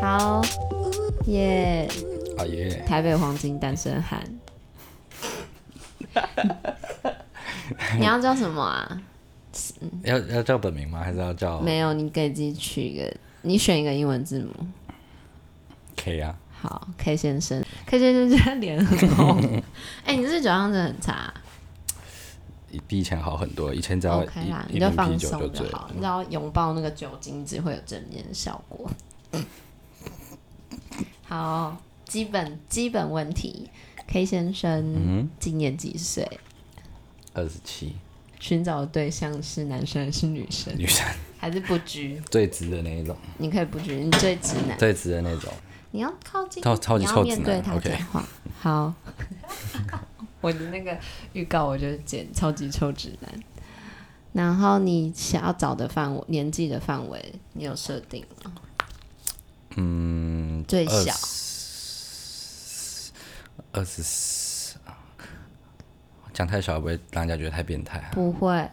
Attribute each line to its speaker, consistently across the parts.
Speaker 1: 好耶
Speaker 2: 啊耶！
Speaker 1: 台北黄金单身汉。 你要叫什么啊？
Speaker 2: 要要叫本名吗？还是要叫
Speaker 1: 没有，你给自己取一个，你选一个英文字母。
Speaker 2: K 啊？
Speaker 1: 好，K 先生，K 先生现在脸很红。 哎、你这酒量真的很差、啊
Speaker 2: 比以前好很多，以前只要
Speaker 1: OK 啦，
Speaker 2: 一
Speaker 1: 你
Speaker 2: 一
Speaker 1: 就
Speaker 2: 瓶
Speaker 1: 放
Speaker 2: 啤酒就
Speaker 1: 松
Speaker 2: 醉
Speaker 1: 好
Speaker 2: 了，。
Speaker 1: 你只要拥抱那个酒精，只会有正面效果。好，基本基本问题，K 先
Speaker 2: 嗯
Speaker 1: 生今年几岁？
Speaker 2: 二十七，
Speaker 1: 寻找的对象是男生还是女生？
Speaker 2: 女生
Speaker 1: 还是不拘？
Speaker 2: 最直的那一种，
Speaker 1: 你可以不拘，你最直男，
Speaker 2: 最直的那种。
Speaker 1: 你要靠近，
Speaker 2: 超超级
Speaker 1: 你要
Speaker 2: 臭
Speaker 1: 面
Speaker 2: 直
Speaker 1: 对
Speaker 2: 男
Speaker 1: 他
Speaker 2: ，OK
Speaker 1: 讲话。好， 我的那个预告我就剪超级臭直男。然后你想要找的范围，年纪的范围，你有设定吗？嗯，最小
Speaker 2: 二十四，讲太小会不会让人家觉得太变态啊？
Speaker 1: 不会。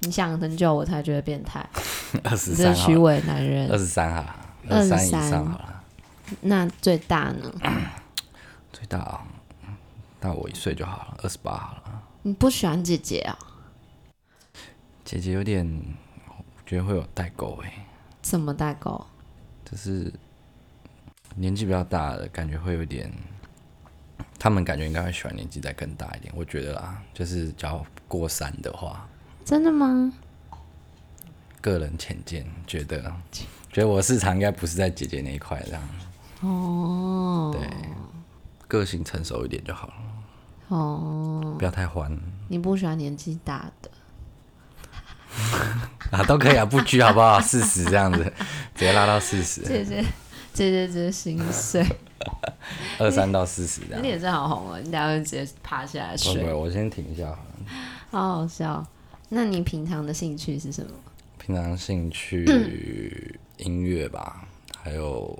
Speaker 1: 你想很久，我才觉得变态，
Speaker 2: 二
Speaker 1: 你
Speaker 2: 十
Speaker 1: 这
Speaker 2: 三
Speaker 1: 是
Speaker 2: 好
Speaker 1: 虚
Speaker 2: 了，
Speaker 1: 伪男人
Speaker 2: 二。十三哈，
Speaker 1: 23
Speaker 2: 十三以上好了，
Speaker 1: 那最大呢？
Speaker 2: 最大哦、大我一岁就好了，二十八好了。
Speaker 1: 你不喜欢姐姐啊？
Speaker 2: 姐姐有点，我觉得会有代沟哎、
Speaker 1: 怎么代沟？
Speaker 2: 就是年纪比较大的，感觉会有点，他们感觉应该会喜欢年纪再更大一点，我觉得啦，就是只要过三的话，
Speaker 1: 真的吗？
Speaker 2: 个人浅见觉得，觉得我市场应该不是在姐姐那一块这样，
Speaker 1: 哦，
Speaker 2: 对，个性成熟一点就好了，
Speaker 1: 哦，
Speaker 2: 不要太欢
Speaker 1: 你不喜欢年纪大的。
Speaker 2: 啊，都可以啊，不拘好不好？四十这样子，直接拉到四十，
Speaker 1: 姐姐，姐姐姐心 碎，
Speaker 2: 二三到四十这
Speaker 1: 你
Speaker 2: 样。
Speaker 1: 脸真好红哦，你等下会直接趴下来
Speaker 2: 不会不
Speaker 1: 睡
Speaker 2: 会，，我先停一下好了。
Speaker 1: 好好笑。那你平常的兴趣是什么？
Speaker 2: 平常兴趣
Speaker 1: 嗯
Speaker 2: 音乐吧，还有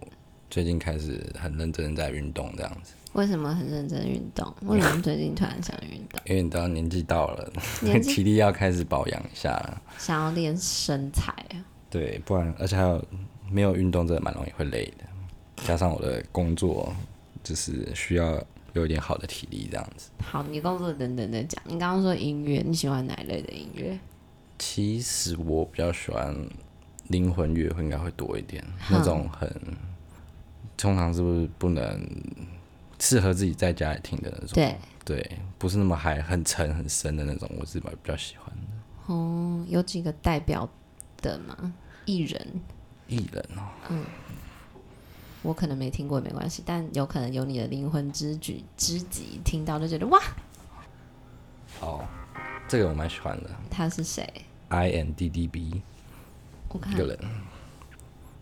Speaker 2: 最近开始很认真地在运动这样子，
Speaker 1: 为什么很认真运动？为什么最近突然想运动？
Speaker 2: 因为你知道年纪到了，
Speaker 1: 年纪
Speaker 2: 体力要开始保养一下了。
Speaker 1: 想要练身材啊？
Speaker 2: 对，不然而且还有没有运动真的蛮容易会累的，加上我的工作就是需要有一点好的体力这样子。
Speaker 1: 好，你工作等等再讲。你刚刚说音乐，你喜欢哪一类的音乐？
Speaker 2: 其实我比较喜欢灵魂乐会应该会多一点，那种很通常是不是不能适合自己在家里听的那种。
Speaker 1: 对，
Speaker 2: 对，不是那么嗨，很沉很深的那种，我是比较喜欢的。
Speaker 1: 哦，有几个代表的吗？艺人，
Speaker 2: 艺人哦，
Speaker 1: 我可能没听过也没关系，但有可能有你的灵魂知举知己听到就觉得哇，
Speaker 2: 哦，这个我蛮喜欢的
Speaker 1: 他是谁？
Speaker 2: ，I N D D B
Speaker 1: 我看
Speaker 2: 一个人，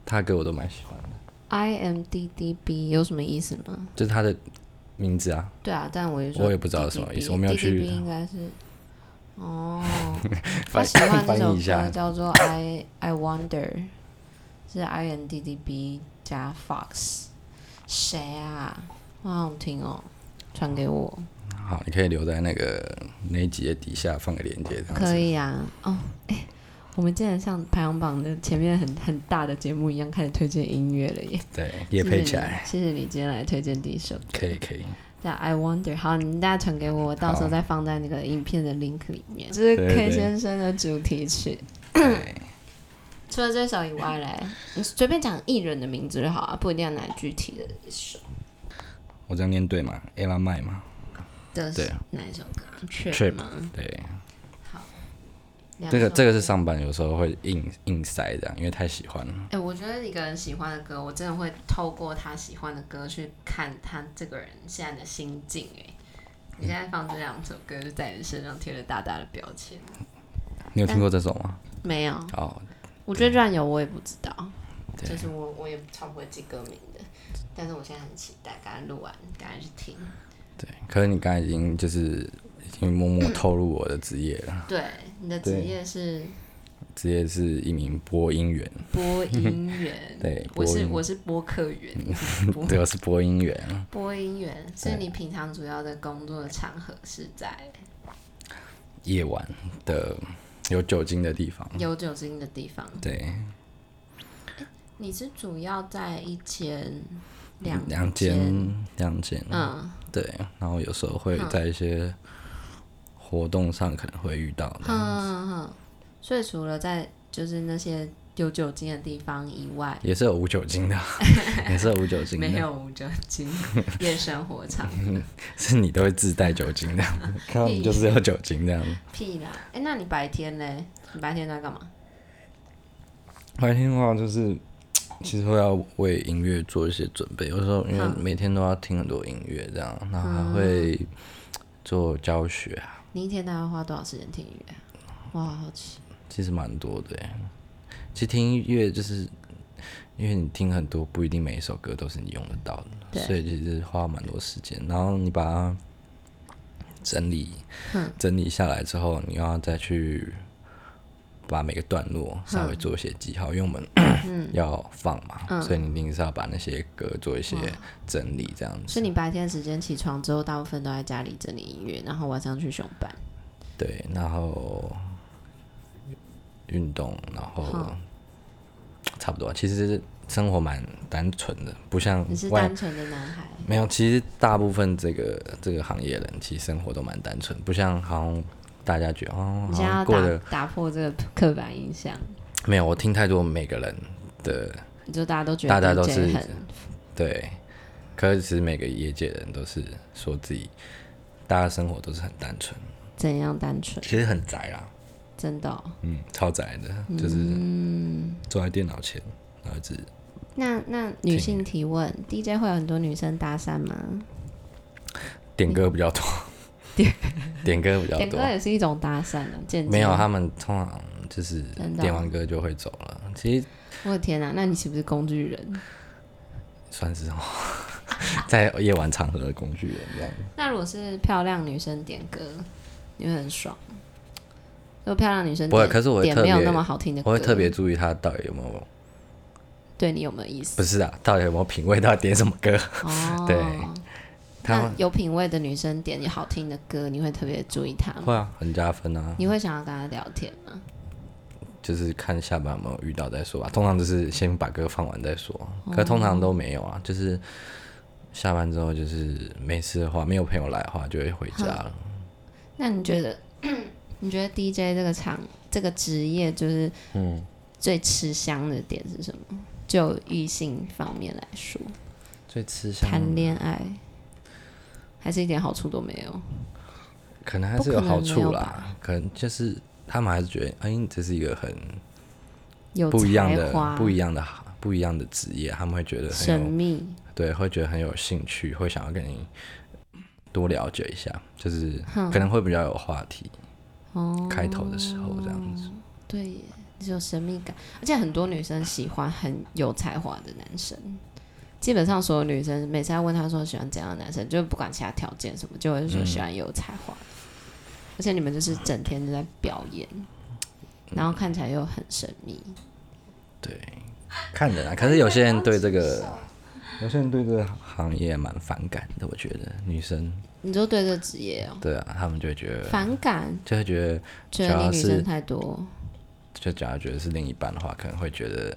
Speaker 2: 他的歌我都蛮喜欢的，
Speaker 1: IMDDB 有什么意思吗？
Speaker 2: 就是他的名字啊，
Speaker 1: 对啊，但我也说
Speaker 2: 我也不知道什么意思
Speaker 1: DDB
Speaker 2: 我没有去
Speaker 1: DDB 应该是哦，我
Speaker 2: 翻
Speaker 1: 喜欢这
Speaker 2: 翻
Speaker 1: 首
Speaker 2: 译一下
Speaker 1: 歌叫做 I I Wonder，是 I N D D B 加 Fox，谁啊？我好想听哦，传给我
Speaker 2: 好，你可以留在那个那一集的底下放个链接，这样
Speaker 1: 可
Speaker 2: 子。
Speaker 1: 以啊。哦，哎、我们竟然像排行榜的前面很很大的节目一样开始推荐音乐了耶！
Speaker 2: 对，也
Speaker 1: 谢谢
Speaker 2: 配
Speaker 1: 你
Speaker 2: 起来，
Speaker 1: 谢谢你今天来推荐第一首
Speaker 2: 可以可以，
Speaker 1: 那 I wonder，好，你大家传给我，我到时候再放在那个影片的 link 里面。这是
Speaker 2: 对
Speaker 1: K
Speaker 2: 对
Speaker 1: 先生的主题曲。
Speaker 2: 对，
Speaker 1: 除了这首以外嘞，你随便讲艺人的名字就好啊，不一定要拿具体的一首
Speaker 2: 我这样念对吗？Ella 麦吗？
Speaker 1: 的
Speaker 2: 对
Speaker 1: 哪一首歌？Trip
Speaker 2: Trip
Speaker 1: 吗？
Speaker 2: 对，
Speaker 1: 两
Speaker 2: 这个
Speaker 1: 首
Speaker 2: 这个是上班有时候会硬硬塞这样，因为太喜欢了。
Speaker 1: 哎、我觉得一个人喜欢的歌，我真的会透过他喜欢的歌去看他这个人现在的心境、哎，你现在放这两首歌，就在你身上贴了大大的标签。
Speaker 2: 你有听过这首吗？
Speaker 1: 没有，
Speaker 2: 哦，
Speaker 1: 我觉得转有我也不知道，
Speaker 2: 对
Speaker 1: 就是我我也超不会记歌名的，但是我现在很期待，赶快录完，赶快去 听。
Speaker 2: 对，可是你刚才已经就是已经默默透露我的职业了，
Speaker 1: 对，你的职业是
Speaker 2: 职业是一名播音员，
Speaker 1: 播 音员，
Speaker 2: 对
Speaker 1: 我
Speaker 2: 播
Speaker 1: 是
Speaker 2: 音
Speaker 1: 我是播客 员，你是播
Speaker 2: 对，我是播音员，
Speaker 1: 播音员，所以你平常主要的工作场合是在
Speaker 2: 夜晚的有酒精的地方。
Speaker 1: 有酒精的地方。
Speaker 2: 嗯对，
Speaker 1: 你是主要在一间、两
Speaker 2: 两
Speaker 1: 间，
Speaker 2: 间两间，
Speaker 1: 嗯，
Speaker 2: 对，然后有时候会在一些活动上可能会遇到
Speaker 1: 哼
Speaker 2: 的。
Speaker 1: 哼哼。所以除了在就是那些有酒精的地方以外，
Speaker 2: 也是有无 酒精的，也是有无酒精
Speaker 1: 没
Speaker 2: 的，
Speaker 1: 有无酒精夜生活 场
Speaker 2: 是你都会自带酒精 这样子，看到你就是有酒精这样子。
Speaker 1: 屁啦！哎、那你白天嘞？你白天都在干嘛？
Speaker 2: 白天的话，就是其实会要为音乐做一些准备，有时候因为
Speaker 1: 嗯
Speaker 2: 每天都要听很多音乐这样，然后还会做教学啊，
Speaker 1: 你一天大概花多少时间听音乐啊？哇，好奇。
Speaker 2: 其实蛮多的耶。其实听音乐就是因为你听很多，不一定每一首歌都是你用得到的，
Speaker 1: 对
Speaker 2: 所以其实花蛮多时间。然后你把它整理、整理下来之后，你又要再去把每个段落稍微做一些记号，因为我们要放嘛，所以你一定是要把那些歌做一些整理，这样
Speaker 1: 所
Speaker 2: 子。
Speaker 1: 以你白天的时间起床之后，大部分都在家里整理音乐，然后晚上去熊班。
Speaker 2: 对，然后运动，然后差不多。其实生活蛮单纯的，不像
Speaker 1: 你是
Speaker 2: 外
Speaker 1: 单纯的男孩，
Speaker 2: 没有。其实大部分这个这个行业人，其实生活都蛮单纯，不像好像大家觉得哦，
Speaker 1: 你
Speaker 2: 好
Speaker 1: 现在
Speaker 2: 像
Speaker 1: 要
Speaker 2: 过
Speaker 1: 打
Speaker 2: 得
Speaker 1: 打破这个刻板印象，
Speaker 2: 没有。我听太多每个人的
Speaker 1: 就大家都觉
Speaker 2: 大
Speaker 1: 得
Speaker 2: 家
Speaker 1: DJ
Speaker 2: 都是
Speaker 1: 很
Speaker 2: 对，可是其实每个业界人都是说自己，大家生活都是很单纯，
Speaker 1: 怎样单纯，
Speaker 2: 其实很宅啦，
Speaker 1: 真的哦、
Speaker 2: 嗯，超宅的，
Speaker 1: 嗯
Speaker 2: 就是坐在电脑前，然后一直
Speaker 1: 那那女性提问，DJ 会有很多女生搭讪吗？
Speaker 2: 点歌比 较多， 点歌比较
Speaker 1: 嗯点歌
Speaker 2: 多，
Speaker 1: 也是一种搭讪啊，间接
Speaker 2: 没有他们通常就是
Speaker 1: 真的哦
Speaker 2: 点完歌就会走了，其实
Speaker 1: 我的天哪、那你岂不是工具人？
Speaker 2: 算是哦， 在夜晚场合的工具人这样。
Speaker 1: 那如果是漂亮女生点歌，你会很爽。如果漂亮女生
Speaker 2: 不会
Speaker 1: 点，
Speaker 2: 可是我会
Speaker 1: 点
Speaker 2: 特
Speaker 1: 没有
Speaker 2: 别
Speaker 1: 那么好听的歌，
Speaker 2: 我会特别注意他到底有没有，
Speaker 1: 对你有没有意思？
Speaker 2: 不是啊，到底有没有品味，到底点什么 歌，
Speaker 1: 哦，
Speaker 2: 对他
Speaker 1: 那
Speaker 2: 们
Speaker 1: 有品味的女生点你好听的歌，你会特别注意她吗？
Speaker 2: 会啊，很加分啊。
Speaker 1: 你会想要跟她聊天吗？
Speaker 2: 就是看下班有没有遇到再说吧。通常就是先把歌放完再说，
Speaker 1: 哦
Speaker 2: 可通常都没有啊。就是下班之后，就是没事的话，没有朋友来的话，就会回家了。
Speaker 1: 那你觉得， 你觉得 DJ 这个场这个职业就是，
Speaker 2: 嗯
Speaker 1: 最吃香的点是什么？就异性方面来说，
Speaker 2: 最吃香，
Speaker 1: 谈恋爱还是一点好处都没有。
Speaker 2: 可能还是有好处啦。可能就是他们还是觉得，哎、这是一个很
Speaker 1: 有
Speaker 2: 不一样
Speaker 1: 才
Speaker 2: 的
Speaker 1: 华、、嗯
Speaker 2: 不一样的、不一样的职业，他们会觉得很
Speaker 1: 神
Speaker 2: 有
Speaker 1: 秘，
Speaker 2: 对，会觉得很有兴趣，会想要跟你多了解一下，就是可能会比较有话题。
Speaker 1: 哦
Speaker 2: 开头的时候这样子。
Speaker 1: 对耶，有神秘感，而且很多女生喜欢很有才华的男生。基本上所有女生每次要问她说喜欢怎样的男生，就不管其他条件什么，就会
Speaker 2: 嗯
Speaker 1: 说喜欢有才华的。而且你们就是整天都在表演，
Speaker 2: 嗯
Speaker 1: 然后看起来又很神秘。
Speaker 2: 对，看人啊。可是有些人对这个，有些人对这个行业蛮反感的。我觉得女生，
Speaker 1: 你就对这职业哦
Speaker 2: 对啊，他们就会觉得，
Speaker 1: 反感，
Speaker 2: 就会觉得，
Speaker 1: 觉得
Speaker 2: 主
Speaker 1: 你
Speaker 2: 要
Speaker 1: 女
Speaker 2: 是
Speaker 1: 生太多。
Speaker 2: 就假如觉得是另一半的话，可能会觉得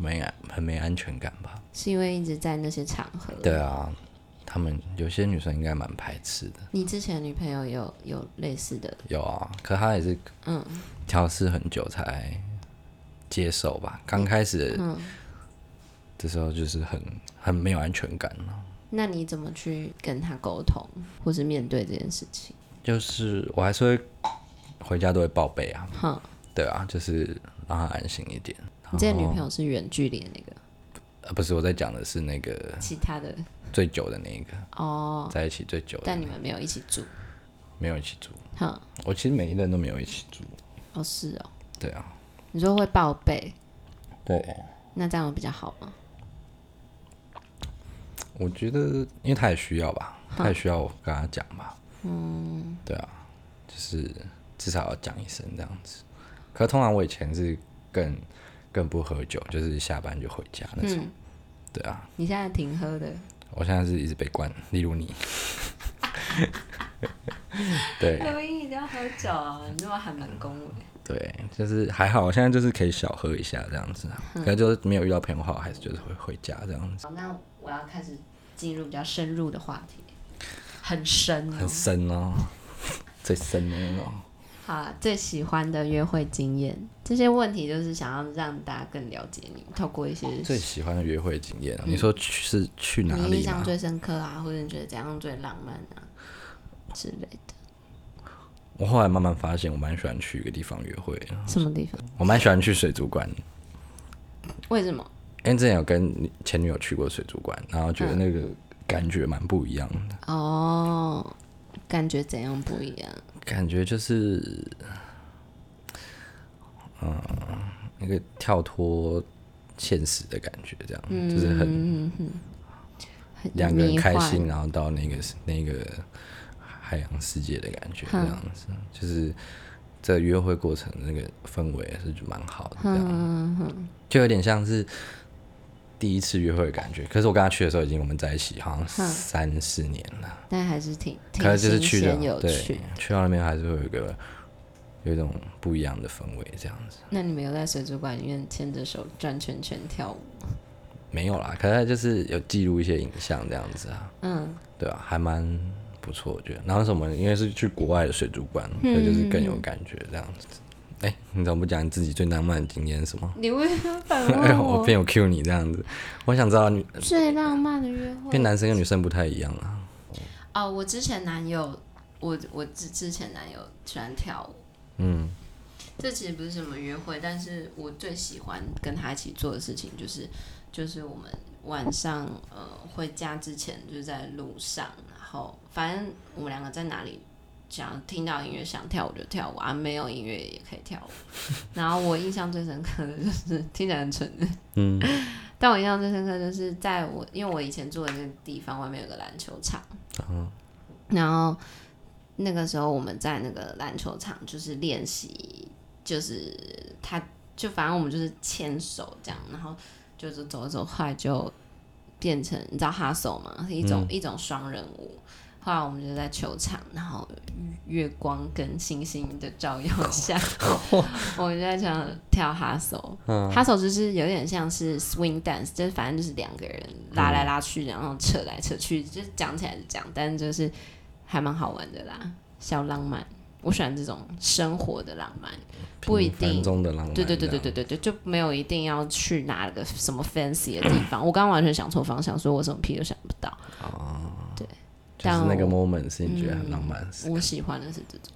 Speaker 2: 没安，很没安全感吧。
Speaker 1: 是因为一直在那些场合，
Speaker 2: 对啊，他们有些女生应该蛮排斥的。
Speaker 1: 你之前的女朋友有有类似的，
Speaker 2: 有啊，可她也是，
Speaker 1: 嗯，
Speaker 2: 调试很久才接受吧。刚开始
Speaker 1: 嗯，
Speaker 2: 的时候就是很很没有安全感嘛
Speaker 1: 那你怎么去跟她沟通，或是面对这件事情？
Speaker 2: 就是我还是会回家都会报备啊，
Speaker 1: 哼，
Speaker 2: 对啊，就是让他安心一点。
Speaker 1: 你这个女朋友是远距离的那个，
Speaker 2: 呃，不是，我在讲的是那个
Speaker 1: 其他的
Speaker 2: 最久的那一个，
Speaker 1: 哦，
Speaker 2: 在一起最久的
Speaker 1: 但，你们没有一起住，
Speaker 2: 没有一起住。
Speaker 1: 哼，
Speaker 2: 我其实每一任都没有一起住。
Speaker 1: 哦是哦，
Speaker 2: 对啊，
Speaker 1: 你说会报备，
Speaker 2: 对，
Speaker 1: 那这样比较好吗？
Speaker 2: 我觉得因为他也需要吧，他也需要我跟他讲吧。嗯，对啊，就是至少要讲一声这样子。可通常我以前是更更不喝酒，就是下班就回家那种。对啊，
Speaker 1: 你现在挺喝的，
Speaker 2: 我现在是一直被关，例如你。对，
Speaker 1: 有意一定要喝酒啊，你那么还蛮恭维。
Speaker 2: 对，就是还好，现在就是可以小喝一下这样子啊，可能就是没有遇到朋友好，还是就是会回家这样子，
Speaker 1: 好，那我要开始进入比较深入的话题，很深哦、
Speaker 2: 很深哦，最深的那种。
Speaker 1: 好啦，最喜欢的约会经验，这些问题就是想要让大家更了解你，透过一些
Speaker 2: 最喜欢的约会经验、啊，你说去是去哪
Speaker 1: 嗯你印
Speaker 2: 里
Speaker 1: 象
Speaker 2: 吗？
Speaker 1: 最深刻啊，或者你觉得怎样最浪漫啊之类的，
Speaker 2: 我后来慢慢发现，我蛮喜欢去一个地方约会的，
Speaker 1: 什么地方？
Speaker 2: 我蛮喜欢去水族馆的，
Speaker 1: 为什么？
Speaker 2: 因为之前有跟你前女友去过水族馆，然后
Speaker 1: 嗯
Speaker 2: 觉得那个感觉蛮不一样的，
Speaker 1: 哦，感觉怎样不一样？
Speaker 2: 感觉就是，嗯，那个跳脱现实的感觉，这样、就是很
Speaker 1: 嗯哼哼，
Speaker 2: 两个人
Speaker 1: 迷
Speaker 2: 开
Speaker 1: 幻
Speaker 2: 心，然后到那个那个海洋世界的感觉，这样子，就是这约会过程那个氛围是蛮好的，这样，就有点像是第一次约会的感觉。可是我跟他去的时候，已经我们在一起好像三四年了，
Speaker 1: 但还是挺挺
Speaker 2: 可是就是
Speaker 1: 新
Speaker 2: 去
Speaker 1: 鲜
Speaker 2: 的
Speaker 1: 有
Speaker 2: 对
Speaker 1: 趣。，
Speaker 2: 去到那边还是会有一个有一种不一样的氛围，这样子。
Speaker 1: 那你们有在水族馆里面牵着手转圈圈跳舞？
Speaker 2: 没有啦，可是就是有记录一些影像这样子啊。嗯，对啊，还蛮不错，我觉得。然后那时候我们因为是去国外的水族馆，所
Speaker 1: 嗯
Speaker 2: 以就是更有感觉这样子。哎、你怎么不讲你自己最浪漫的经验是什么？
Speaker 1: 你为什么反
Speaker 2: 哎、
Speaker 1: 问
Speaker 2: 我
Speaker 1: 我？
Speaker 2: 偏有 Q 你这样子，我想知道女，
Speaker 1: 最浪漫的约会
Speaker 2: 因为男生跟女生不太一样啊。
Speaker 1: 哦，我之前男友，我我之之前男友喜欢跳舞，
Speaker 2: 嗯，
Speaker 1: 这其实不是什么约会，但是我最喜欢跟他一起做的事情就是，就是我们晚上呃回家之前就是在路上，然后反正我们两个在哪里。想听到音乐想跳舞就跳舞啊，没有音乐也可以跳舞。然后我印象最深刻的就是听起来很蠢，
Speaker 2: 嗯，
Speaker 1: 但我印象最深刻就是在我，因为我以前住的那个地方外面有个篮球场，然后那个时候我们在那个篮球场就是练习，就是他就反正我们就是牵手这样，然后就是走着走，后来就变成你知道哈手吗？是一种、一种双人舞。后来我们就在球场，然后月光跟星星的照耀下，我们就在球场跳哈手。哈手就是有点像是 swing dance，就是反正就是两个人拉来拉去，然后扯来扯去，就是讲起来是这样，但是就是还蛮好玩的啦，小浪漫。我喜欢这种生活的浪漫，不一
Speaker 2: 平凡
Speaker 1: 定
Speaker 2: 中的浪漫。啊
Speaker 1: 对对对对。对对对，就没有一定要去哪个什么 fancy 的地 方。我刚刚完全想错方向，所以我什么屁都想不到。
Speaker 2: 就是那个
Speaker 1: 但嗯
Speaker 2: moment 是你觉得很浪漫的事，
Speaker 1: 我喜欢的是这种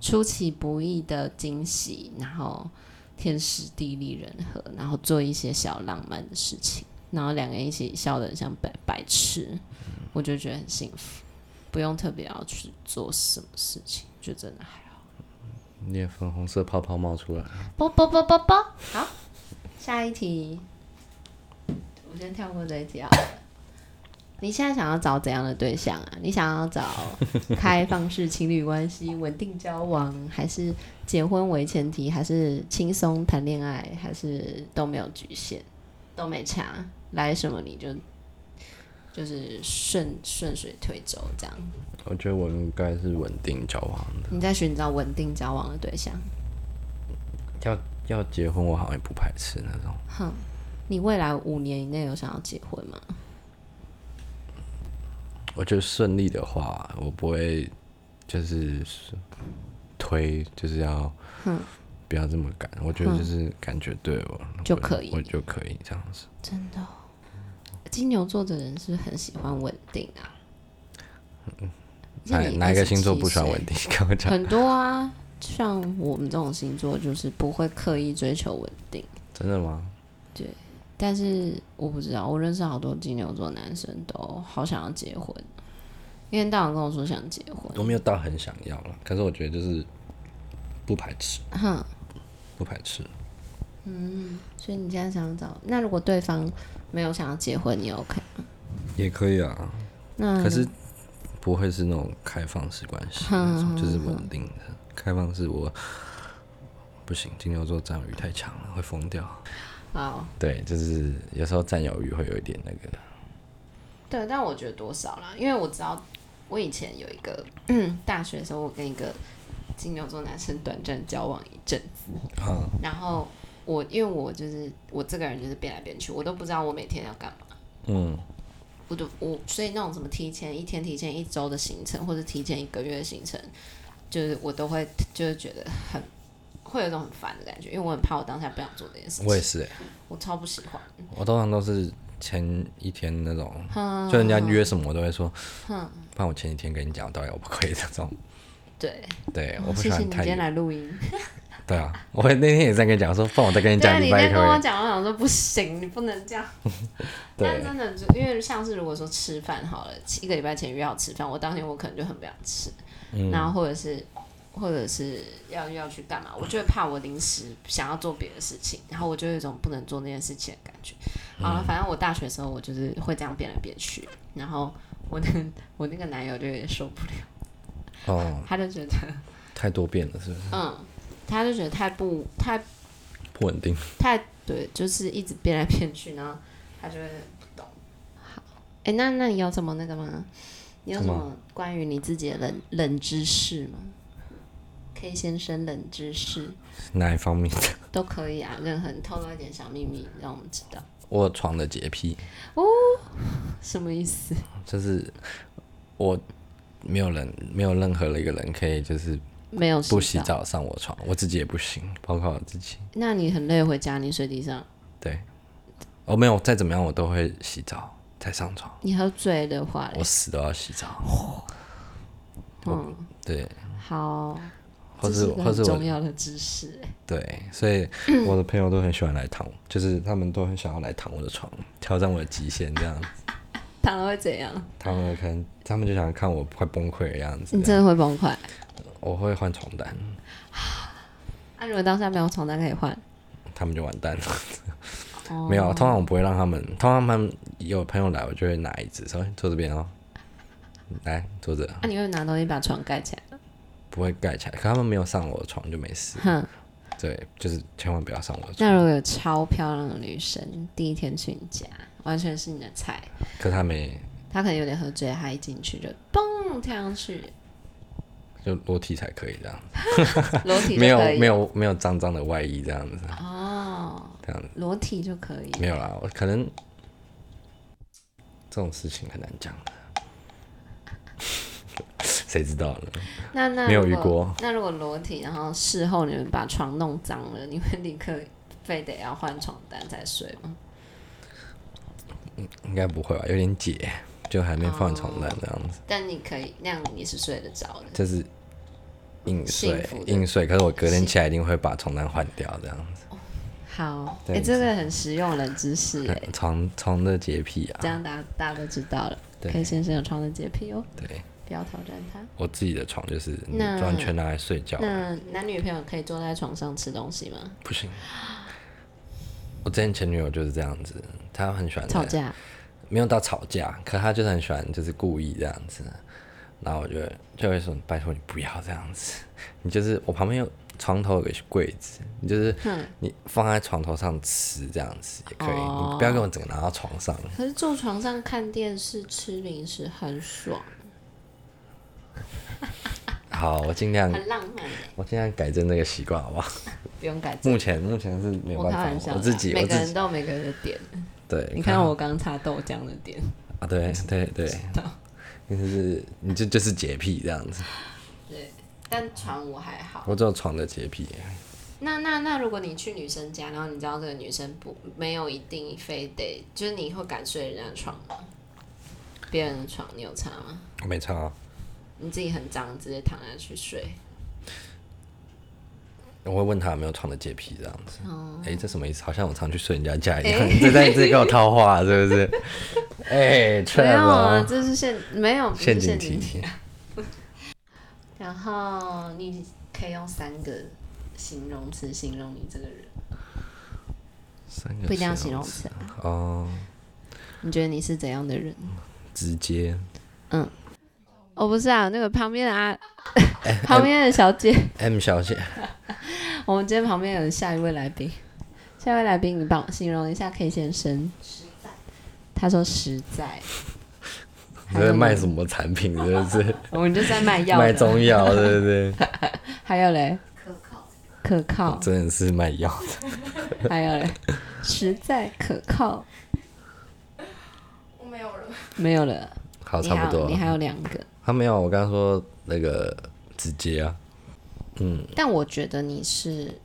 Speaker 1: 出其不意的惊喜，然后天时地利人和，然后做一些小浪漫的事情，然后两个人一起笑得很像白白痴，我就觉得很幸福，不用特别要去做什么事情，就真的还好。
Speaker 2: 你的粉红色泡泡冒出来。
Speaker 1: 啵啵啵啵啵。好，下一题，我先跳过这一题啊。你现在想要找怎样的对象啊？你想要找开放式情侣关系、稳定交往，还是结婚为前提，还是轻松谈恋爱，还是都没有局限，都没差，来什么你就就是顺顺水推舟这样。
Speaker 2: 我觉得我应该是稳定交往的，
Speaker 1: 你在寻找稳定交往的对象，
Speaker 2: 要要结婚我好像也不排斥那种。
Speaker 1: 你未来五年以内有想要结婚吗？
Speaker 2: 我觉得顺利的话，我不会就是推，就是要
Speaker 1: 嗯
Speaker 2: 不要这么赶。我觉得就是感觉对我
Speaker 1: 就可以
Speaker 2: 我就可以这样子。
Speaker 1: 真的哦、金牛座的人是很喜欢稳定啊。
Speaker 2: 哪
Speaker 1: 那你
Speaker 2: 哪一个星座
Speaker 1: 27
Speaker 2: 不喜欢稳定？跟我
Speaker 1: 岁？
Speaker 2: 讲，
Speaker 1: 很多啊，像我们这种星座就是不会刻意追求稳定，
Speaker 2: 真的吗？
Speaker 1: 但是我不知道，我认识好多金牛座男生都好想要结婚，因为大王跟我说想结婚，
Speaker 2: 我没有到很想要了，可是我觉得就是不排斥，
Speaker 1: 嗯
Speaker 2: 不排斥。
Speaker 1: 所以你现在想找，那如果对方没有想要结婚，你 OK？吗
Speaker 2: 也可以啊，
Speaker 1: 那
Speaker 2: 可是不会是那种开放式关系
Speaker 1: 嗯
Speaker 2: 那种，就是稳定的。开放式我不行，金牛座占有欲太强了，会疯掉。
Speaker 1: 好，
Speaker 2: 对，就是有时候占有欲会有一点那个，
Speaker 1: 对，但我觉得多少啦，因为我知道我以前有一个嗯大学的时候，我跟一个金牛座男生短暂交往一阵子，
Speaker 2: 嗯
Speaker 1: 然后我因为我就是我这个人就是变来变去，我都不知道我每天要干嘛。
Speaker 2: 嗯
Speaker 1: 我就我所以那种什么提前一天、提前一周的行程，或者提前一个月的行程，就是我都会就是觉得很会有一种很烦的感觉，因为我很怕我当下不想做这件事情，
Speaker 2: 我
Speaker 1: 我
Speaker 2: 也是、欸，
Speaker 1: 超不喜欢。
Speaker 2: 我通常都是前一天那种，
Speaker 1: 嗯
Speaker 2: 就人家约什么我都会说，
Speaker 1: 哼
Speaker 2: 不然我前一天跟你讲，我到底要不可以这种，
Speaker 1: 对，
Speaker 2: 对，我不喜
Speaker 1: 哦谢谢
Speaker 2: 欢
Speaker 1: 你今
Speaker 2: 太
Speaker 1: 天
Speaker 2: 远，
Speaker 1: 来录音。
Speaker 2: 对啊，我会那天也在跟你讲说，不然我再跟你
Speaker 1: 对
Speaker 2: 讲
Speaker 1: 啊，你
Speaker 2: 礼
Speaker 1: 在
Speaker 2: 拜一
Speaker 1: 跟我
Speaker 2: 可以，
Speaker 1: 讲，我想说不行，你不能这样。但
Speaker 2: 对，
Speaker 1: 真的就因为像是如果说吃饭好了，一个礼拜前约好吃饭，我当天我可能就很不想吃，
Speaker 2: 嗯
Speaker 1: 然后或者是或者是要要去干嘛，我就会怕我临时想要做别的事情，然后我就有一种不能做那件事情的感觉。好
Speaker 2: 嗯
Speaker 1: 了，反正我大学的时候我就是会这样变来变去，然后我那个我那个男友就有点受不了，
Speaker 2: 哦，
Speaker 1: 他就觉得
Speaker 2: 太多变了，是不是
Speaker 1: 嗯，他就觉得太不太
Speaker 2: 不稳定？
Speaker 1: 太对，就是一直变来变去，然后他就会不懂。好，哎、那那你有什么那个吗？你有什
Speaker 2: 什么
Speaker 1: 么关于你自己的冷冷知识吗？K 先生冷知识
Speaker 2: 哪一方面？
Speaker 1: 都可以啊，任何你透露一点小秘密让我们知道，
Speaker 2: 我有床的洁癖，
Speaker 1: 什么意思？
Speaker 2: 就是我没有人，没有任何的一个人可以就是
Speaker 1: 没有
Speaker 2: 不洗
Speaker 1: 澡，
Speaker 2: 澡上我床，我自己也不行，包括我自己。
Speaker 1: 那你很累回家，你睡地上，
Speaker 2: 对，哦，没有，再怎么样我都会洗澡才上床，
Speaker 1: 你喝醉的话嘞
Speaker 2: 我，死都要洗澡。
Speaker 1: 嗯，
Speaker 2: 对，
Speaker 1: 好，
Speaker 2: 或
Speaker 1: 这
Speaker 2: 是
Speaker 1: 是一
Speaker 2: 我
Speaker 1: 个
Speaker 2: 或
Speaker 1: 很
Speaker 2: 是
Speaker 1: 重
Speaker 2: 我
Speaker 1: 要的知识、 欸，
Speaker 2: 对，所以我的朋友都很喜欢来躺，就是他们都很想要来躺我的床，挑战我的极限这样子。
Speaker 1: 躺了会怎样？
Speaker 2: 他们可能他们就想看我快崩溃的样子
Speaker 1: 你，真的会崩溃？
Speaker 2: 我会换床单，
Speaker 1: 那、啊如果当下没有床单可以换，
Speaker 2: 他们就完蛋了。
Speaker 1: 哦
Speaker 2: 没有，啊通常我不会让他们，通常他们有朋友来，我就会拿椅子说坐这边哦，来坐着，
Speaker 1: 啊那、你会拿东西把床盖起来？
Speaker 2: 不会盖起来。可他们没有上我的床就没事。
Speaker 1: 哼，
Speaker 2: 对，就是千万不要上我的床。
Speaker 1: 那如果有超漂亮的女生第一天去你家，完全是你的菜，
Speaker 2: 可他们也
Speaker 1: 她可能有点喝醉，她一进去就嘣跳上 去，
Speaker 2: 就裸体才可以这样，
Speaker 1: 裸体就
Speaker 2: 没有
Speaker 1: 可以
Speaker 2: 没有没有脏脏的外衣这样子，
Speaker 1: 哦，
Speaker 2: 这样子
Speaker 1: 裸体就可以。
Speaker 2: 没有啦。我可能这种事情很难讲的， 谁知道呢？
Speaker 1: 那那
Speaker 2: 没有
Speaker 1: 如
Speaker 2: 遇
Speaker 1: 果
Speaker 2: 过。
Speaker 1: 那如果裸体，然后事后你们把床弄脏了，你会立刻非得要换床单才睡吗？
Speaker 2: 应该不会吧？有点解，就还没放床
Speaker 1: 哦
Speaker 2: 单这样子，
Speaker 1: 但你可以那样，你是睡得着的。
Speaker 2: 就是硬
Speaker 1: 幸
Speaker 2: 睡
Speaker 1: 福的
Speaker 2: 硬睡。可是我隔天起来一定会把床单换掉这样子。
Speaker 1: 好，哎、
Speaker 2: 对
Speaker 1: 这个很实用的知识、哎，
Speaker 2: 床床的洁癖啊
Speaker 1: 这，样大家大家都知道了。
Speaker 2: 对
Speaker 1: K 先生有床的洁癖哦，
Speaker 2: 对
Speaker 1: 不要挑战他。
Speaker 2: 我自己的床就是
Speaker 1: 那
Speaker 2: 完全拿来睡觉，
Speaker 1: 那男女朋友可以坐在床上吃东西吗？
Speaker 2: 不行。我之前前女友就是这样子，她很喜欢
Speaker 1: 吵，架？
Speaker 2: 没有到吵架，可她就是很喜欢，就是故意这样子。然后我就会就会说，拜托你不要这样子， 你就是我旁边有床头有个柜子，你就是
Speaker 1: 哼，
Speaker 2: 你放在床头上吃这样子也可以，
Speaker 1: 哦
Speaker 2: 你不要给我整个拿到床上。
Speaker 1: 可是坐床上看电视、吃零食很爽，
Speaker 2: 好，我尽量，
Speaker 1: 很浪漫耶、欸
Speaker 2: 我尽量改正这个习惯，好不好？
Speaker 1: 嗯不用改正。
Speaker 2: 目前目前是没有
Speaker 1: 我
Speaker 2: 办
Speaker 1: 开玩
Speaker 2: 法，
Speaker 1: 笑
Speaker 2: 我
Speaker 1: 啦，
Speaker 2: 自己我
Speaker 1: 每个
Speaker 2: 自
Speaker 1: 人
Speaker 2: 己
Speaker 1: 都有每个人的点。
Speaker 2: 对，
Speaker 1: 你看我刚刚擦豆浆的点，
Speaker 2: 啊，对对对，
Speaker 1: 嗯
Speaker 2: 就是你就就是洁癖这样子，
Speaker 1: 但床我还好。
Speaker 2: 我只有床的洁癖，
Speaker 1: 那那那，如果你去女生家，然后你知道这个女生不没有一定非得，就是你会敢睡人家的床吗？别人的床你有擦吗？
Speaker 2: 我没差、啊，
Speaker 1: 你自己很脏，直接躺下去睡。
Speaker 2: 我会问他有没有床的洁癖这样子。
Speaker 1: 哦
Speaker 2: 哎、这什么意思？好像我常去睡人家家一样，这在这给我套话是不是？ 哎、
Speaker 1: 没 有啊，
Speaker 2: Trevor，
Speaker 1: 这是陷没有不是
Speaker 2: 陷阱
Speaker 1: 阱
Speaker 2: 题，
Speaker 1: 然后你可以用三个形容词形容你这个人，
Speaker 2: 三个
Speaker 1: 不一定要形
Speaker 2: 容
Speaker 1: 容词啊、
Speaker 2: 哦，
Speaker 1: 你觉得你是怎样的人？
Speaker 2: 直接。
Speaker 1: 哦，不是啊，那个旁边的 啊，旁边的小姐，
Speaker 2: M 小姐，
Speaker 1: 我们今天旁边有下一位来宾，下一位来宾，你帮我形容一下 K 先生。实在，他说实在，
Speaker 2: 你在卖什么产品？真的 是
Speaker 1: 我们就在卖药 的，
Speaker 2: 卖中药，对不 对？
Speaker 1: 还有嘞，
Speaker 3: 可靠，
Speaker 1: 可 靠，
Speaker 2: 真的是卖药。
Speaker 1: 还有嘞，实在可靠，
Speaker 3: 我没有了。
Speaker 1: 没有了，
Speaker 2: 好，
Speaker 1: 你
Speaker 2: 哦差
Speaker 1: 还
Speaker 2: 不多
Speaker 1: 有你。还有两个，
Speaker 2: 他没有，我刚刚说那个直接啊。嗯，
Speaker 1: 但我觉得你是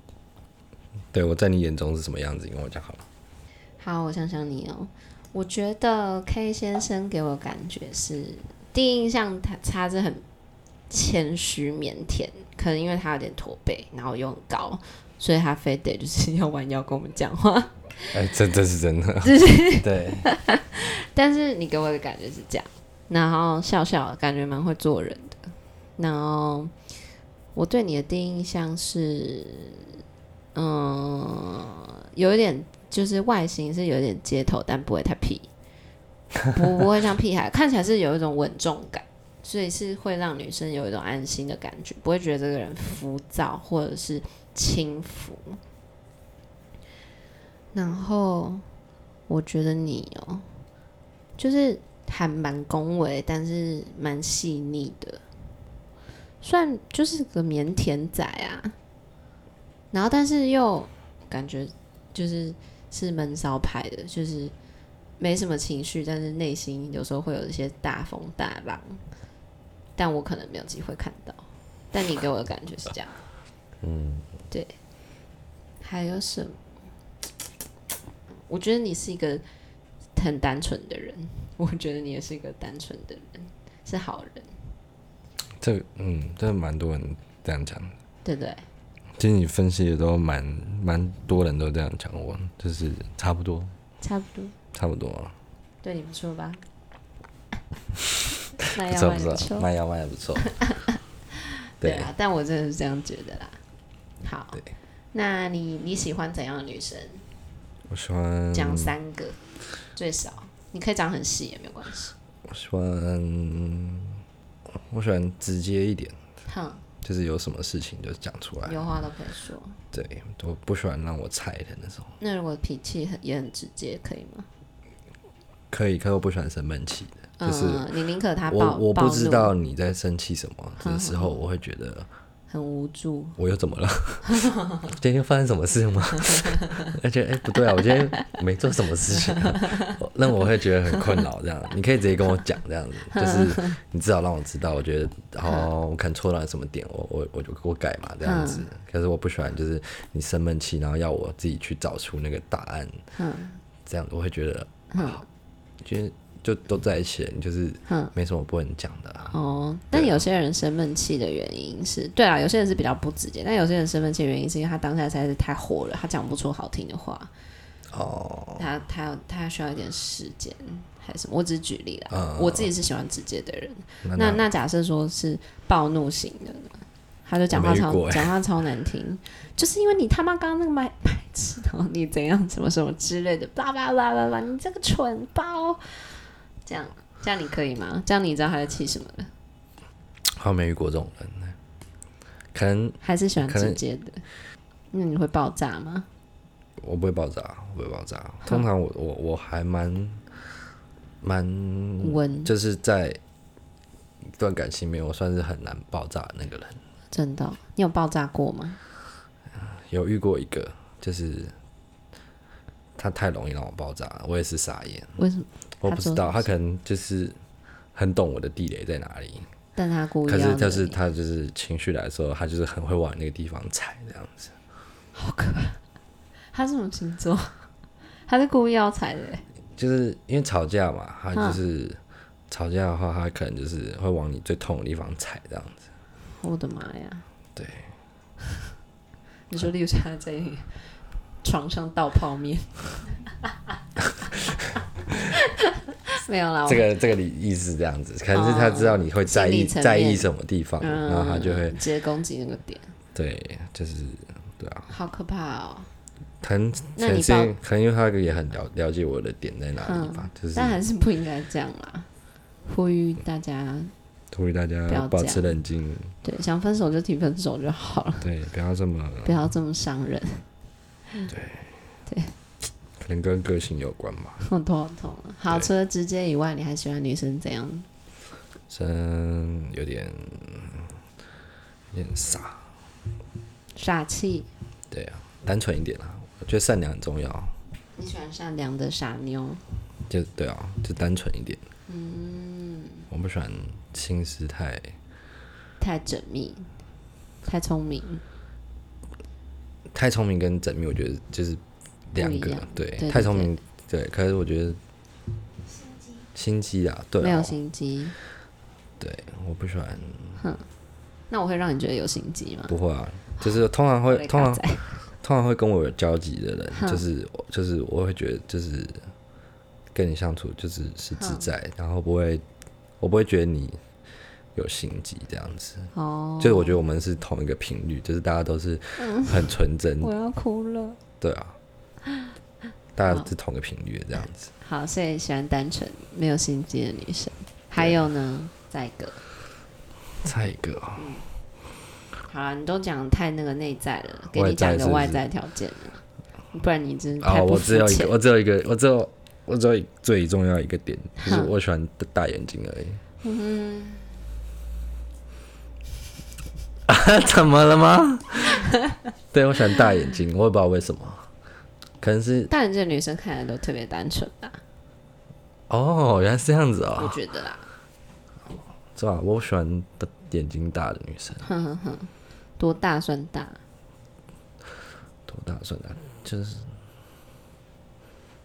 Speaker 2: 对我在你眼中是什么样子？你跟我讲好了。
Speaker 1: 好，我想想你哦，我觉得 K 先生给我感觉是第一印象他他是很谦虚腼腆，可能因为他有点驼背，然后又很高，所以他非得就是要弯腰跟我们讲话。
Speaker 2: 哎、这这是真的。 对，
Speaker 1: 但是你给我的感觉是这样，然后笑笑感觉蛮会做人的，然后嗯我对你的第一印象是，嗯，有一点就是外形是有点街头，但不会太屁，不不会像屁孩，看起来是有一种稳重感，所以是会让女生有一种安心的感觉，不会觉得这个人浮躁或者是轻浮。然后我觉得你哦、就是还蛮恭维，但是蛮细腻的，算就是个腼腆仔啊。然后，但是又感觉就是是闷骚派的，就是没什么情绪，但是内心有时候会有一些大风大浪，但我可能没有机会看到。但你给我的感觉是这样，嗯，对。还有什么？我觉得你是一个很单纯的人，我觉得你也是一个单纯的人，是好人，
Speaker 2: 这嗯，这蛮多人这样讲的。
Speaker 1: 对不对？
Speaker 2: 其实你分析的都蛮蛮多人都这样讲我，就是差不多，
Speaker 1: 差不多，
Speaker 2: 差不多啊。
Speaker 1: 对你不错 吧？
Speaker 2: 不
Speaker 1: 那
Speaker 2: 错
Speaker 1: 要
Speaker 2: 不
Speaker 1: 不然
Speaker 2: 错，
Speaker 1: 抽
Speaker 2: 卖药卖的 不错。
Speaker 1: 对
Speaker 2: 对，
Speaker 1: 啊，但我真的是这样觉得啦。好，那你你喜欢怎样的女生？
Speaker 2: 我喜欢，
Speaker 1: 讲三个最少，你可以讲很细也没有关系。
Speaker 2: 我喜欢，我喜欢直接一点，
Speaker 1: 哼，
Speaker 2: 就是有什么事情就讲出来。
Speaker 1: 有话都可以说。
Speaker 2: 对，我不喜欢让我猜的那种。
Speaker 1: 那如果脾气很也很直接，可以吗？
Speaker 2: 可以，可是我不喜欢生闷气的，就是
Speaker 1: 嗯，你宁可他
Speaker 2: 我
Speaker 1: 暴
Speaker 2: 我
Speaker 1: 暴
Speaker 2: 不知
Speaker 1: 怒
Speaker 2: 道你在生气什么的 时候，我会觉得
Speaker 1: 很无助，
Speaker 2: 我又怎么了？ 今天发生什么事吗？而且哎、不对啊，我今天没做什么事情啊、我那我会觉得很困扰。这样，你可以直接跟我讲，这样子，就是你至少让我知道，我觉得哦，我可能错到什么点，我我我就我改嘛，这样子。可是我不喜欢，就是你生闷气，然后要我自己去找出那个答案，
Speaker 1: 哼
Speaker 2: 这样我会觉得，
Speaker 1: 哼
Speaker 2: 觉得就都在一起了，你就是
Speaker 1: 哼。
Speaker 2: 没什么不能讲的啊。
Speaker 1: 哦，但有些人生闷气的原因是，对啊，有些人是比较不直接，但有些人生闷气的原因是因为他当下实在是太火了，他讲不出好听的话，
Speaker 2: 哦，
Speaker 1: 他他他需要一点时间还是什么？我只是举例啦，我自己是喜欢直接的人。
Speaker 2: 嗯
Speaker 1: 那
Speaker 2: 那
Speaker 1: 那假设说是暴怒型的呢，他就讲话
Speaker 2: 我没遇
Speaker 1: 超
Speaker 2: 过欸
Speaker 1: 讲话超难听，就是因为你他妈刚刚那个白白痴，然后你怎样什么什么之类的，叭叭叭叭叭，你这个蠢包，这样这样你可以吗？这样你知道他在气什么了？
Speaker 2: 好像没遇过这种人呢，可能
Speaker 1: 还是喜欢
Speaker 2: 可能
Speaker 1: 直接的？那你会爆炸吗？
Speaker 2: 我不会爆炸，我不会爆炸。
Speaker 1: 嗯
Speaker 2: 通常我我我还蛮蛮，
Speaker 1: 温
Speaker 2: 就是在一段感情里面，我算是很难爆炸的那个人。
Speaker 1: 真的哦，你有爆炸过吗？
Speaker 2: 有遇过一个，就是他太容易让我爆炸了，我也是傻眼，
Speaker 1: 为什么？
Speaker 2: 我
Speaker 1: 他
Speaker 2: 不
Speaker 1: 做
Speaker 2: 知道他可能就是很懂我的地雷在哪里，
Speaker 1: 但他故意
Speaker 2: 可
Speaker 1: 要
Speaker 2: 是
Speaker 1: 惹
Speaker 2: 就是
Speaker 1: 你
Speaker 2: 他就是情绪来的时候，他就是很会往那个地方踩这样子。
Speaker 1: 他是什么星座？ 他是故意要踩的欸，
Speaker 2: 就是因为吵架嘛，他就是、吵架的话，他可能就是会往你最痛的地方踩这样子。
Speaker 1: 我的妈呀！
Speaker 2: 对，
Speaker 1: 你说，例如说他在床上倒泡面， 没有啦，我
Speaker 2: 这个这个理意思是这样子，可能是他知道你会在
Speaker 1: 哦心
Speaker 2: 意、
Speaker 1: 理层面
Speaker 2: 在意什么地方，
Speaker 1: 嗯
Speaker 2: 然后他就会
Speaker 1: 直接攻击那个点，
Speaker 2: 对，就是对啊，
Speaker 1: 好可怕哦！
Speaker 2: 可能
Speaker 1: 那
Speaker 2: 可能
Speaker 1: 你
Speaker 2: 是因为
Speaker 1: 抱嗯
Speaker 2: 可能因为他也很了了解我的点在哪里吧，就是
Speaker 1: 但还是不应该这样啦，呼吁大家，
Speaker 2: 呼吁大
Speaker 1: 不要
Speaker 2: 家
Speaker 1: 这
Speaker 2: 保
Speaker 1: 样
Speaker 2: 持冷静，
Speaker 1: 对，想分手就提分手就好了，
Speaker 2: 对，不要这么，
Speaker 1: 不要这么伤人，
Speaker 2: 可能跟个性有关吧。
Speaker 1: 好痛好痛啊！好，除了直接以外，你还喜欢女生怎样？
Speaker 2: 真有点有点傻，
Speaker 1: 傻气。
Speaker 2: 对啊，单纯一点啊，我觉得善良很重要，
Speaker 1: 你喜欢善良的傻妞，
Speaker 2: 就对啊，就单纯一点。嗯，我不喜欢心思太
Speaker 1: 太缜密，太聪明，
Speaker 2: 太聪明跟缜密，我觉得就是两
Speaker 1: 不一
Speaker 2: 个
Speaker 1: 样，
Speaker 2: 对，
Speaker 1: 对对
Speaker 2: 太聪明，对，可是我觉得心机啊，对、
Speaker 1: 没有
Speaker 2: 哦，
Speaker 1: 心机。
Speaker 2: 对，我不喜欢，
Speaker 1: 那我会让你觉得有心机吗？
Speaker 2: 不会啊，就是通常会，
Speaker 1: 我的
Speaker 2: 通常
Speaker 1: 嘎仔
Speaker 2: 通常会跟我有交集的人，就是我就是我会觉得就是跟你相处就是是自在，然后不会我不会觉得你有心机这样子，
Speaker 1: 哦，
Speaker 2: 就是我觉得我们是同一个频率，就是大家都是很纯真，
Speaker 1: 嗯 我要哭了。
Speaker 2: 对啊，大家是同一个频率的这样子。
Speaker 1: 好，所以喜欢单纯没有心机的女生。还有呢，再一个，
Speaker 2: 再一个哦，
Speaker 1: 好了，你都讲太那个内在了，给
Speaker 2: 外
Speaker 1: 你讲一
Speaker 2: 在
Speaker 1: 个
Speaker 2: 是不是
Speaker 1: 外在条件了，不然你真的太
Speaker 2: 哦，
Speaker 1: 不
Speaker 2: 我
Speaker 1: 肤
Speaker 2: 只有一
Speaker 1: 浅
Speaker 2: 个，。我只有一个，我只有我只有最重要一个点，就是我喜欢大眼睛而已。嗯， 怎么了吗？ 对，我喜欢大眼睛，我也不知道为什么，可能是
Speaker 1: 但这女生看起来都特别单纯啊吧？
Speaker 2: 哦，原来是这样子
Speaker 1: 我
Speaker 2: 哦，
Speaker 1: 觉得啦，
Speaker 2: 是吧？我喜欢的眼睛大的女生，
Speaker 1: 哼哼哼，多大算大？
Speaker 2: 多大算大？就是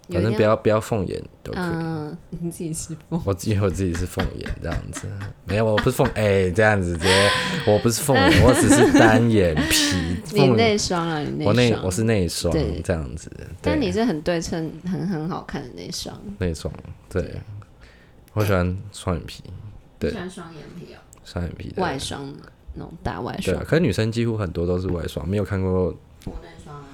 Speaker 1: 有
Speaker 2: 反
Speaker 1: 一
Speaker 2: 正
Speaker 1: 定
Speaker 2: 不要不要凤眼都可以。
Speaker 1: 嗯，你自己是不？
Speaker 2: 我因为我自己是凤眼这样子，没有，我不是凤哎、这样子直接，我不是凤眼，我只是单眼皮。
Speaker 1: 你
Speaker 2: 凤眼
Speaker 1: 内双啊，你
Speaker 2: 我内
Speaker 1: 双，
Speaker 2: 我是内双
Speaker 1: 对
Speaker 2: 这样子，对
Speaker 1: 但你是很对称、很很好看的内双。
Speaker 2: 内双对，我喜欢双眼皮，对
Speaker 1: 你喜欢双眼皮哦，
Speaker 2: 双眼皮的
Speaker 1: 外双那种大外
Speaker 2: 对
Speaker 1: 双
Speaker 2: 啊，，可是女生几乎很多都是外双，没有看过
Speaker 1: 我内双啊，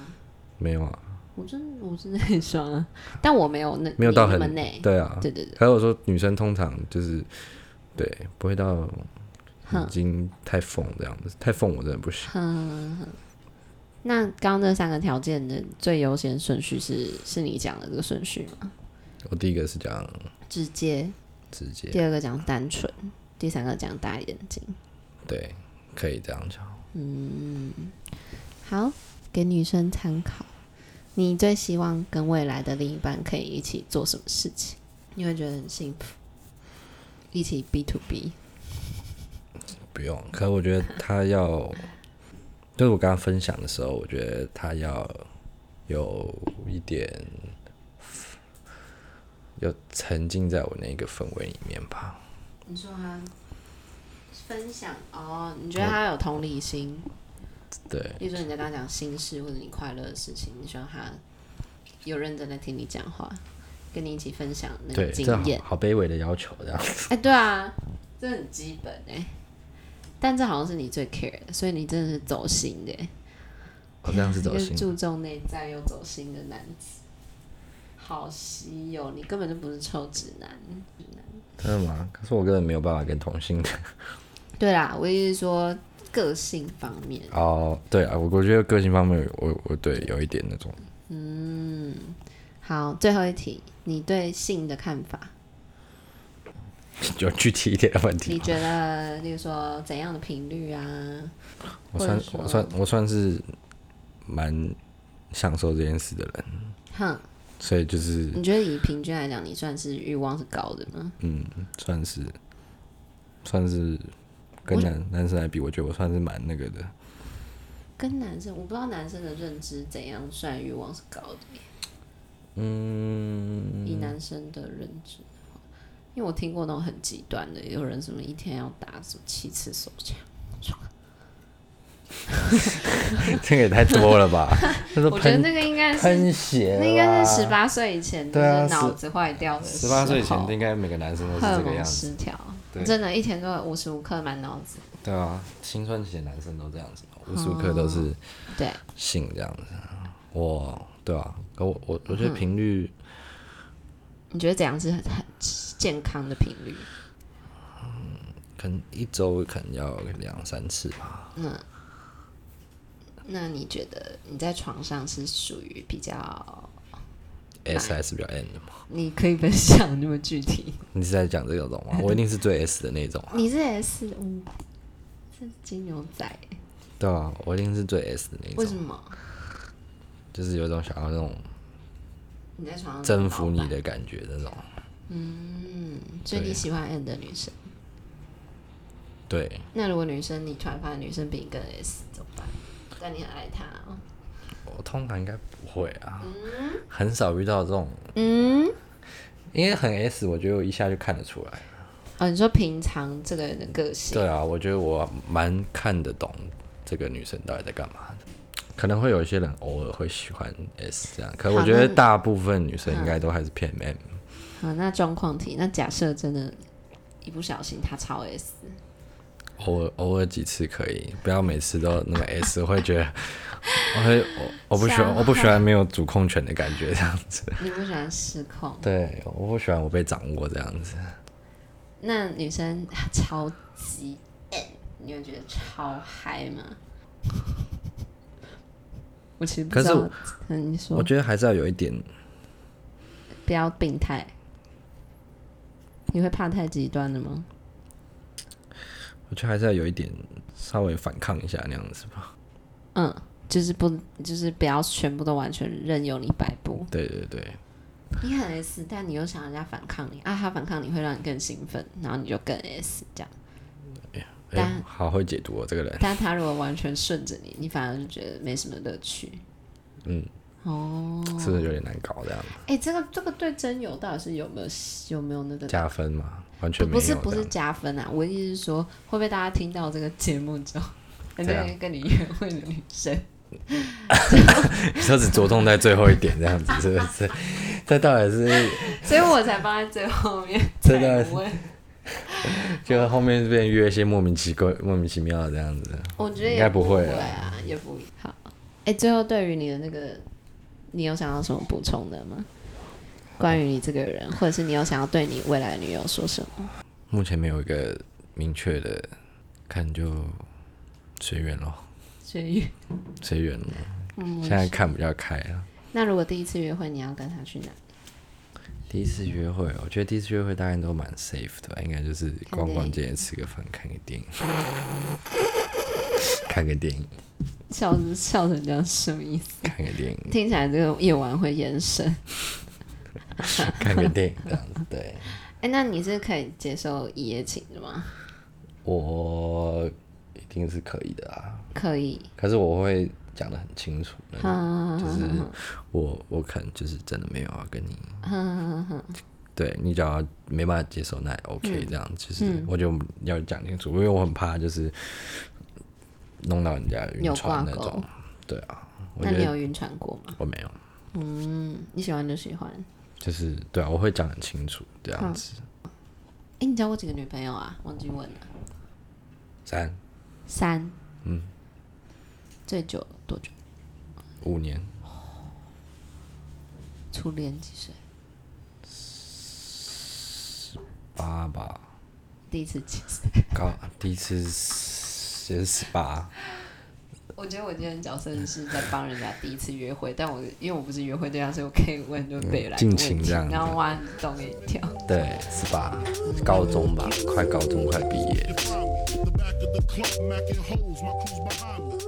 Speaker 2: 没有啊？
Speaker 1: 我真我是内双啊， 但我没有那
Speaker 2: 没有到
Speaker 1: 你
Speaker 2: 很
Speaker 1: 那么内，
Speaker 2: 对啊，
Speaker 1: 对对对，
Speaker 2: 可是我说女生通常就是对不会到眼睛太缝这样子，太缝我真的不行。
Speaker 1: 那刚刚那三个条件的最优先顺序是是你讲的这个顺序吗？
Speaker 2: 我第一个是讲
Speaker 1: 直接，
Speaker 2: 直接，
Speaker 1: 第二个讲单纯，第三个讲大眼睛。
Speaker 2: 对，可以这样讲。
Speaker 1: 嗯好，给女生参考。你最希望跟未来的另一半可以一起做什么事情？你会觉得很幸福，一起 B to B。
Speaker 2: 不用，可我觉得他要，就是我刚刚分享的时候，我觉得他要有一点，要沉浸在我那个氛围里面吧。
Speaker 1: 你说他分享哦，你觉得他有同理心？
Speaker 2: 对，
Speaker 1: 例如说你在跟他讲心事或者你快乐的事情，你希望他有认真的听你讲话，跟你一起分享那个
Speaker 2: 对，
Speaker 1: 嗯经
Speaker 2: 这好
Speaker 1: 验。
Speaker 2: 好卑微的要求，这样。
Speaker 1: 哎、对啊，这很基本哎、但这好像是你最 care 的，所以你真的是走心的、哎
Speaker 2: 我这样是走
Speaker 1: 就是
Speaker 2: 心，
Speaker 1: 注重内在又走心的男子，好稀有，你根本就不是臭直男。
Speaker 2: 真的吗？可是我根本没有办法跟同性的。
Speaker 1: 对啦，我意思是说个性方面，
Speaker 2: 哦，对啊，我我觉得个性方面我，我我对有一点那种，
Speaker 1: 好，最后一题，你对性的看法？
Speaker 2: 有具体一点的问题
Speaker 1: 你
Speaker 2: 吗。
Speaker 1: 觉得，例如说怎样的频率啊？
Speaker 2: 我算
Speaker 1: 或者说
Speaker 2: 我算我算是蛮享受这件事的人，
Speaker 1: 哼，
Speaker 2: 所以就是
Speaker 1: 你觉得以平均来讲，你算是欲望是高的吗？
Speaker 2: 嗯，算是算是跟
Speaker 1: 我
Speaker 2: 男男生来比，我觉得我算是蛮那个的。
Speaker 1: 跟男生，我不知道男生的认知怎样算欲望是高的耶。
Speaker 2: 嗯，
Speaker 1: 以男生的认知的话，因为我听过那种很极端的，有人什么一天要打什么七次手枪，
Speaker 2: 这个也太多了 吧？他说
Speaker 1: 我觉得
Speaker 2: 喷
Speaker 1: 那个应该是，
Speaker 2: 喷血啊啦，
Speaker 1: 那应该是十八岁以前，就
Speaker 2: 对啊
Speaker 1: 是脑子坏掉的时
Speaker 2: 十
Speaker 1: 候，
Speaker 2: 八岁以前，应该每个男生都是
Speaker 1: 荷
Speaker 2: 这
Speaker 1: 尔
Speaker 2: 个样
Speaker 1: 蒙
Speaker 2: 子，
Speaker 1: 失调
Speaker 2: 对，
Speaker 1: 真的，一天都无时无刻满脑子。
Speaker 2: 对啊，青春期的男生都这样子嘛，无时无刻都是
Speaker 1: 对，
Speaker 2: 性这样子。我对啊，可我我我觉
Speaker 1: 嗯
Speaker 2: 得频率
Speaker 1: 你觉得怎样是很很健康的频率？
Speaker 2: 可能一周可能要两三次吧。
Speaker 1: 那你觉得你在床上是属于比较
Speaker 2: S 还是比较 N 的嘛？
Speaker 1: 你可以分享那么具体？
Speaker 2: 你是在讲这种 吗？我一定是最 S 的那种啊，
Speaker 1: 你是嗯 S 五，是金牛仔欸，
Speaker 2: 对啊，我一定是最 S 的那
Speaker 1: 为什
Speaker 2: 种，
Speaker 1: 么？
Speaker 2: 就是有一种想要那种
Speaker 1: 你在床上
Speaker 2: 征服你，的感觉，那种。
Speaker 1: 嗯，所以
Speaker 2: 对
Speaker 1: 你喜欢 N 的女生。
Speaker 2: 对，
Speaker 1: 那如果女生你突然发现女生比你更 S 怎么办？但你很爱她哦、
Speaker 2: 我通常应该不会啊，很少遇到这种，
Speaker 1: 嗯，
Speaker 2: 因为很 S，我觉得我一下就看得出来。
Speaker 1: 哦，你说平常这个人的个性，
Speaker 2: 对啊，我觉得我蛮看得懂这个女生到底在干嘛的。可能会有一些人偶尔会喜欢 S 这样，可我觉
Speaker 1: 好
Speaker 2: 得
Speaker 1: 那
Speaker 2: 大部分女生应该都还是偏 M。
Speaker 1: 好，那状况题，那假设真的，一不小心她超 S，
Speaker 2: 偶尔偶尔几次可以，不要每次都那么 S，我会觉得，我会我我不喜
Speaker 1: 吓
Speaker 2: 欢我不喜欢没有主控权的感觉这样子。
Speaker 1: 你不喜欢失控，
Speaker 2: 对，我不喜欢我被掌握这样子。
Speaker 1: 那女生超级 N，你会觉得超嗨吗？ 我其实不
Speaker 2: 可
Speaker 1: 知
Speaker 2: 是
Speaker 1: 道
Speaker 2: 我，
Speaker 1: 嗯，你说
Speaker 2: 我觉得还是要有一点，
Speaker 1: 不要病态，你会怕太极端的吗？
Speaker 2: 我觉得还是要有一点稍微反抗一下那样子吧。
Speaker 1: 嗯，就是不，就是不要全部都完全任由你摆布。
Speaker 2: 对对对，
Speaker 1: 你很 S，但你又想人家反抗你啊，他反抗你会让你更兴奋，然后你就更 S 这样。
Speaker 2: 哎、
Speaker 1: 但
Speaker 2: 好会解读我、这个人。
Speaker 1: 但他如果完全顺着你，你反而就觉得没什么乐趣。
Speaker 2: 嗯，
Speaker 1: 哦，
Speaker 2: 是不是有点难搞这样？
Speaker 1: 哎、这个这个对真友到底是有没有有没有那个？
Speaker 2: 加分嘛，完全没
Speaker 1: 不
Speaker 2: 有
Speaker 1: 是
Speaker 2: 这
Speaker 1: 不是
Speaker 2: 样。
Speaker 1: 加分啊，我的意思是说，会不会大家听到这个节目之后，很多
Speaker 2: 怎样
Speaker 1: 人跟你约会的女生，
Speaker 2: 你说只着重在最后一点这样子，是不是？这到底是
Speaker 1: 所以我才放在最后面
Speaker 2: 这
Speaker 1: 才
Speaker 2: 段
Speaker 1: 问。
Speaker 2: 就后面这边约一些莫名其怪、莫名其妙的这样子？
Speaker 1: 我觉得也
Speaker 2: 应该不
Speaker 1: 不
Speaker 2: 会啊
Speaker 1: 啊，也不好。哎、最后对于你的那个，你有想要什么补充的吗？关于你这个人，或者是你有想要对你未来的女友说什么？
Speaker 2: 目前没有一个明确的，看就随缘咯，
Speaker 1: 所以，
Speaker 2: 随缘咯。
Speaker 1: 嗯，
Speaker 2: 现在看比较开啊。
Speaker 1: 那如果第一次约会，你要跟他去哪？
Speaker 2: 第一次约会，我觉得第一次约会大概都蛮 safe 的吧，应该就是逛逛街、吃个饭、看个电影， 看个电影，
Speaker 1: 笑成笑成这样什么意思？
Speaker 2: 看个电影，
Speaker 1: 听起来这个夜晚会延伸。
Speaker 2: 看个电影这样子。对，
Speaker 1: 哎、那你是可以接受一夜情的吗？
Speaker 2: 我一定是可以的啊。
Speaker 1: 可以，
Speaker 2: 可是我会讲的很清楚，那种
Speaker 1: 嗯，
Speaker 2: 就是我我可能就是真的没有要跟你，
Speaker 1: 嗯嗯
Speaker 2: 对你只要没办法接受，那也 OK 这样，
Speaker 1: 嗯
Speaker 2: 就是我就要讲清楚，因为我很怕就是弄到人家
Speaker 1: 有
Speaker 2: 晕船
Speaker 1: 挂
Speaker 2: 那种
Speaker 1: 钩。
Speaker 2: 对啊，我
Speaker 1: 那
Speaker 2: 觉
Speaker 1: 你
Speaker 2: 得
Speaker 1: 有晕船过吗？
Speaker 2: 我没有，
Speaker 1: 嗯，你喜欢就喜欢。
Speaker 2: 就是对啊，我会讲很清楚这样子。
Speaker 1: 哎、你交过几个女朋友啊？忘记问了。
Speaker 2: 三
Speaker 1: 三。嗯。最久多久？
Speaker 2: 五年
Speaker 1: 初恋几岁？
Speaker 2: 八吧，
Speaker 1: 第一次几岁？
Speaker 2: 高第一次是也是十八，
Speaker 1: 我觉得我今天的角色是在帮人家第一次约会，但我因为我不是约会对象，所以我可以问就对来
Speaker 2: 尽
Speaker 1: 问
Speaker 2: 情
Speaker 1: 题
Speaker 2: 这样子
Speaker 1: 然后挖你洞给你跳。
Speaker 2: 对，十八，高中吧，快高中快毕业了。
Speaker 4: The back of the club, macking holes, my crew's behind me.